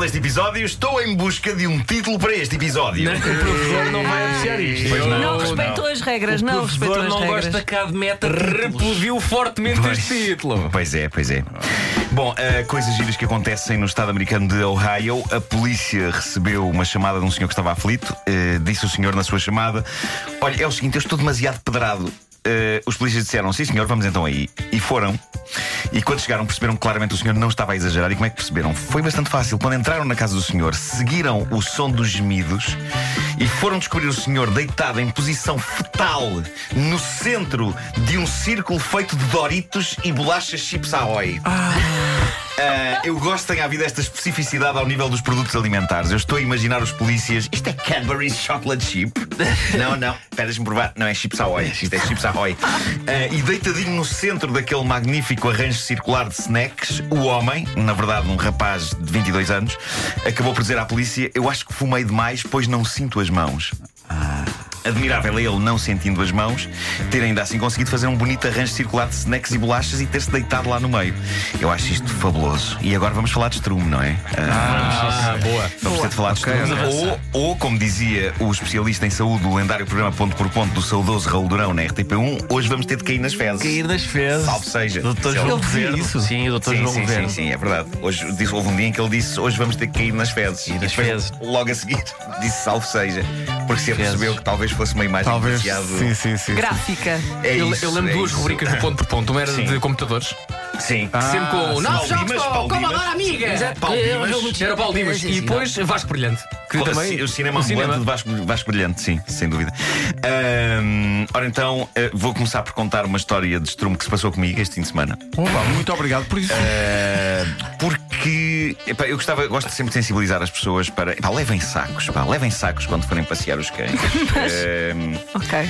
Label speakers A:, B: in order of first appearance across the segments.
A: deste episódio, estou em busca de um título para este episódio.
B: O professor não vai apreciar isto.
A: Pois
C: Não,
A: não,
C: respeitou as regras,
B: o
C: não respeitou
B: professor
C: as
B: não
C: regras.
B: gosta cá de meta.
D: Repudiu fortemente este título.
A: Pois é, pois é. Bom, ah, coisas giras que acontecem no estado americano de Ohio. A polícia recebeu uma chamada de um senhor que estava aflito. Ah, disse o senhor na sua chamada: Olha, é o seguinte, eu estou demasiado pedrado. Ah, os polícias disseram: Sim, senhor, vamos então aí. E foram. E quando chegaram, perceberam que claramente o senhor não estava a exagerar. E como é que perceberam? Foi bastante fácil. Quando entraram na casa do senhor, seguiram o som dos gemidos e foram descobrir o senhor deitado em posição fetal no centro de um círculo feito de Doritos e bolachas chips Ahoy. Ah, eu gosto que tenha havido esta especificidade ao nível dos produtos alimentares. Eu estou a imaginar os polícias. Isto é Cadbury's Chocolate Chip? não, não. Espera, deixa-me provar. Não, é Chips Ahoy. Isto é Chips Ahoy. Ah, e deitadinho no centro daquele magnífico arranjo circular de snacks, o homem, na verdade um rapaz de 22 anos, acabou por dizer à polícia: Eu acho que fumei demais, pois não sinto as mãos. Admirável é ele, não sentindo as mãos, ter ainda assim conseguido fazer um bonito arranjo circular de snacks e bolachas e ter-se deitado lá no meio. Eu acho isto fabuloso. E agora vamos falar de estrume, não é?
D: Ah, boa.
A: Vamos ter de falar de estrume. ou, ou, como dizia o especialista em saúde do lendário programa Ponto por Ponto do saudoso Raul Durão na RTP1, hoje vamos ter de cair nas fezes.
B: Cair nas fezes.
A: Salve seja.
B: Doutor
A: Ele
B: João
A: dizia
B: Governo.
D: isso?
B: Sim, o doutor
A: Sim,
B: João
A: sim, sim,
B: Governo.
A: sim, é verdade. Hoje disse- houve um dia em que ele disse hoje vamos ter que cair nas fezes.
B: nas
A: depois,
B: fezes.
A: logo a seguir, disse salve seja. Porque se
B: Fezes.
A: apercebeu que talvez fosse uma imagem
D: Talvez.
A: demasiado-
D: Sim, sim, sim.
C: Gráfica.
A: É
D: eu,
A: isso,
D: eu lembro
A: é
D: duas
A: isso.
D: rubricas do ponto por ponto. Uma era
A: Sim.
D: de computadores, sempre
A: Sim.
D: com o
A: Paulo
D: Não, já
A: Dimas,
D: estou,
A: Paulo
D: como
A: Dimas.
D: agora, amiga!
A: Exato, Paulo Dimas.
D: Era Paulo Dimas.
C: Sim, sim,
D: E depois Vasco Brilhante. Que
A: Pô,
D: também.
A: ci- O cinema
D: o
A: ambulante de Vasco, Vasco Brilhante, sim, sem dúvida. Ahm, ora então, eh, vou começar por contar uma história de estrume que se passou comigo este fim de semana. Eh,
E: Opa, muito obrigado por isso.
A: Porque epá, eu gostava, gosto sempre de sensibilizar as pessoas para. Epá, levem sacos, pá, levem sacos quando forem passear os cães. Ahm,
C: Ok.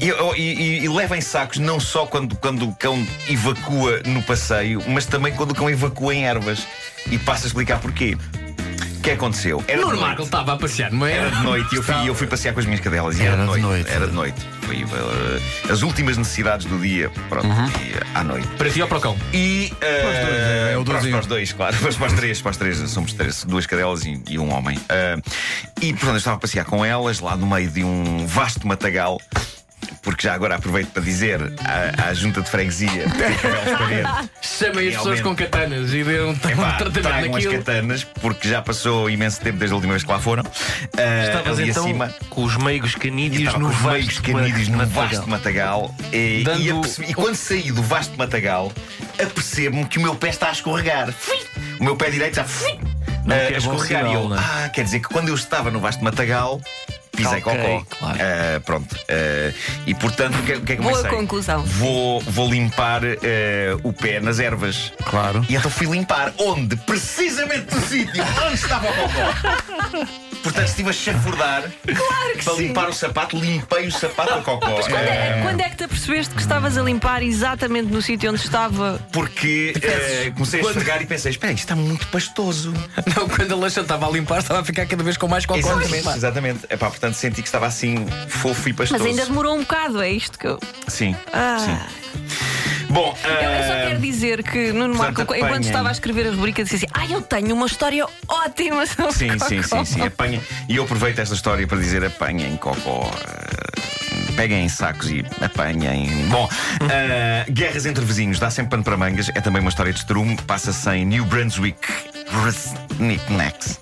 A: E, oh, e- e- e levem sacos não só quando, quando o cão evacua no passeio, mas também quando o cão evacua em ervas. E passo a explicar porquê. O que aconteceu? Era de
D: Nuno
A: noite.
D: Marco estava a passear, não
A: Era
D: é?
A: de noite e eu fui, eu fui passear com as minhas cadelas. E era, de noite, Era de noite. Foi, uh, as últimas necessidades do dia, pronto, e, uh, à noite.
D: Para ti ou para o cão?
A: E. eh,
E: os dois, é, é o
A: para, os-
E: dozinho.
A: para os dois, claro. Mas para os três, para os três, somos três, duas cadelas e, e um homem. Ah, e, portanto, eu estava a passear com elas lá no meio de um vasto matagal. Porque já agora aproveito para dizer à, à junta de freguesia de Cabelo de Parede
D: Chamei as pessoas
A: Realmente.
D: com katanas e deu um
A: Epá,
D: tratamento
A: tragam as
D: naquilo.
A: katanas, porque já passou imenso tempo desde a última vez que lá foram. Ah,
B: Estavas
A: ali
B: então
A: acima.
B: com os meigos canídeos
A: Estava
B: no
A: com os
B: vasto
A: meios canídeos no
B: matagal.
A: vasto matagal. E,
B: Dando-
A: e apercebi- e quando saí do vasto matagal, apercebo-me que o meu pé está a escorregar. Fui! O meu pé direito já fui! eh,
B: Não,
A: a
B: que é bom
A: escorregar. E
B: sinal,
A: eu,
B: não é?
A: ah, quer dizer que quando eu estava no vasto matagal, pisei
B: Calquei,
A: cocó.
B: claro.
A: Ah, pronto. Ah, e portanto, o que, o que é que
C: Boa
A: comecei?
C: conclusão.
A: Vou, vou limpar eh, o pé nas ervas.
E: Claro.
A: E então fui limpar onde? Precisamente no sítio onde estava o cocó. Portanto, estive a chafurdar
C: que
A: para
C: sim.
A: limpar o sapato, limpei o sapato a cocó.
C: Quando
A: Eh,
C: é, quando é que te apercebeste que estavas a limpar exatamente no sítio onde estava?
A: Porque eh, comecei a
D: Quando-
A: esfregar e pensei: espera, isto está muito pastoso.
D: Não, quando a lancha estava a limpar, estava a ficar cada vez com mais cocó também.
A: Exatamente. Exatamente. Epá, portanto, senti que estava assim fofo e
C: Mas
A: pastoso.
C: ainda demorou um bocado, é isto que eu.
A: Sim.
C: Ah.
A: sim. Bom,
C: Eu, eu só
A: eh,
C: quero dizer que Nuno Marco,
A: portanto,
C: enquanto
A: apanhem.
C: estava a escrever a rubrica, disse assim: Ah, eu tenho uma história ótima sobre
A: Sim,
C: cocó."
A: sim, sim, sim. Apanhem. E eu aproveito esta história para dizer: apanhem cocó. eh, Peguem em sacos e apanhem. Bom, eh, guerras entre vizinhos, dá sempre pano para mangas. É também uma história de estrume. Passa-se em New Brunswick. Knickknacks.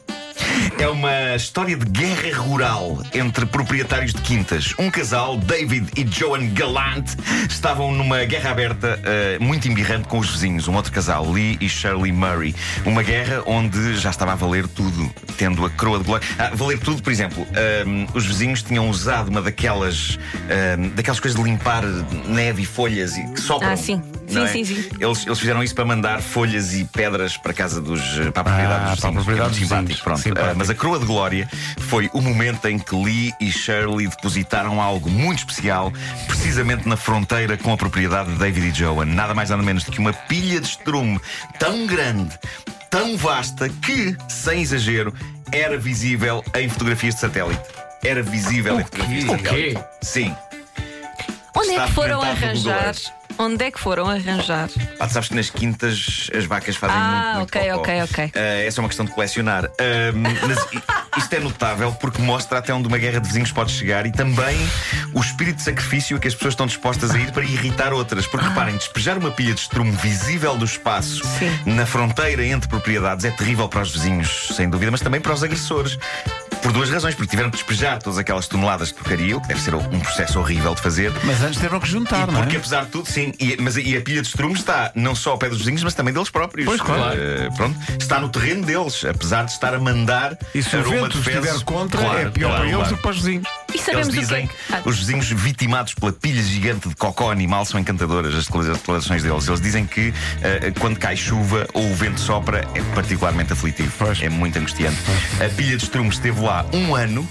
A: É uma história de guerra rural entre proprietários de quintas. Um casal, David e Joan Galante, estavam numa guerra aberta eh, muito embirrante com os vizinhos. Um outro casal, Lee e Shirley Murray. Uma guerra onde já estava a valer tudo, tendo a coroa de glória. Ah, valer tudo, por exemplo, ehm, os vizinhos tinham usado uma daquelas, ehm, daquelas coisas de limpar neve e folhas e que sopram.
C: Ah, sim.
A: não é?
C: Sim, sim, sim.
A: Eles, eles fizeram isso para mandar folhas e pedras para casa dos. eh, para a propriedade
E: Ah,
A: dos vizinhos.
E: para a propriedade
A: É muito
E: dos
A: simpático,
E: vizinhos.
A: pronto.
E: Simpático.
A: Ah, mas a coroa de glória foi o momento em que Lee e Shirley depositaram algo muito especial, precisamente na fronteira com a propriedade de David e Joan. Nada mais nada menos do que uma pilha de estrume tão grande, tão vasta, que, sem exagero, era visível em fotografias de satélite. Era visível em fotografias de
D: O quê?
A: satélite. Sim.
C: Onde é
A: Está
C: que foram
A: documentado no Google
C: arranjar
A: Earth.
C: Onde é que foram arranjar?
A: Pá, tu sabes que nas quintas as vacas fazem
C: Ah,
A: muito, muito
C: ok,
A: cocó.
C: ok, ok.
A: Eh, essa é uma questão de colecionar. Ahm, mas i- isto é notável porque mostra até onde uma guerra de vizinhos pode chegar e também o espírito de sacrifício a que as pessoas estão dispostas a ir para irritar outras.
C: Ah.
A: Porque reparem, despejar uma pilha de estrume visível do espaço
C: Sim.
A: na fronteira entre propriedades é terrível para os vizinhos, sem dúvida, mas também para os agressores. Por duas razões, porque tiveram que despejar todas aquelas toneladas de porcaria, o que deve ser um processo horrível de fazer,
E: Mas antes tiveram que juntar, não é?
A: porque apesar de tudo, sim, e, mas, e a pilha de estrumes está não só ao pé dos vizinhos, mas também deles próprios.
E: Pois, claro.
A: Eh, pronto, está no terreno deles, apesar de estar a mandar
E: E se o
A: aroma
E: vento
A: de fezes.
E: estiver contra,
A: Claro,
E: é pior
A: claro,
E: para eles
A: claro.
E: do que para os vizinhos.
C: E sabemos
A: Eles dizem
C: o que é que. Ah,
A: os vizinhos vitimados pela pilha gigante de cocó animal são encantadoras as declara- declarações deles. Eles dizem que eh, quando cai chuva ou o vento sopra é particularmente aflitivo.
E: Pois.
A: É muito angustiante. A pilha de estrume esteve lá um ano.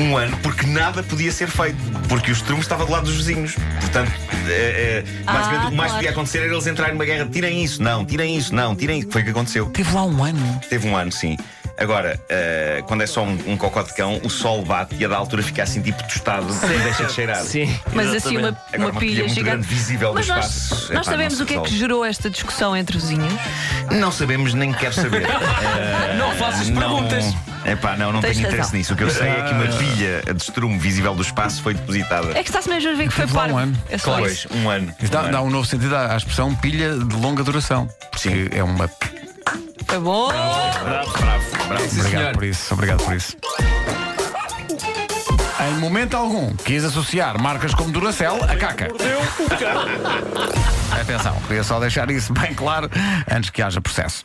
A: Um ano porque nada podia ser feito, porque o estrume estava do lado dos vizinhos. Portanto, eh, eh,
C: Ah,
A: basicamente o que mais
C: claro.
A: podia acontecer era eles entrarem numa guerra. Tirem isso, não, tirem isso, não, tirem isso. Foi o que aconteceu.
E: Teve lá um ano.
A: Teve um ano, sim. Agora, eh, quando é só um, um cocó de cão, o sol bate e a da altura fica assim tipo tostado e deixa de cheirar.
B: Sim.
C: mas assim, uma,
B: exatamente.
A: Agora, uma pilha muito
C: gigante.
A: grande, visível do
C: mas nós,
A: espaço.
C: nós
A: Epá,
C: sabemos
A: não
C: o que é que
A: se
C: gerou esta discussão entre vizinhos.
A: Não sabemos, nem quero saber. Eh,
D: Não faças
A: não...
D: perguntas.
A: Epá, não, não
C: Tens
A: tenho interesse
C: razão.
A: nisso. O que eu sei é que uma
E: Ah.
A: pilha de estrume visível do espaço foi depositada.
C: É que está-se mesmo a ver que foi
E: Teve lá um
C: parvo.
E: ano.
C: É só
A: Pois,
C: isso.
A: um ano.
E: Isso
A: um
E: dá,
A: ano.
E: dá um novo sentido à à expressão pilha de longa duração.
A: Sim.
E: Que é uma.
C: Foi bom.
A: Bravo, bravo, bravo.
E: Obrigado
D: senhor.
E: por isso, obrigado por isso. Em momento algum, quis associar marcas como Duracell a caca. Atenção, queria só deixar isso bem claro antes que haja processo.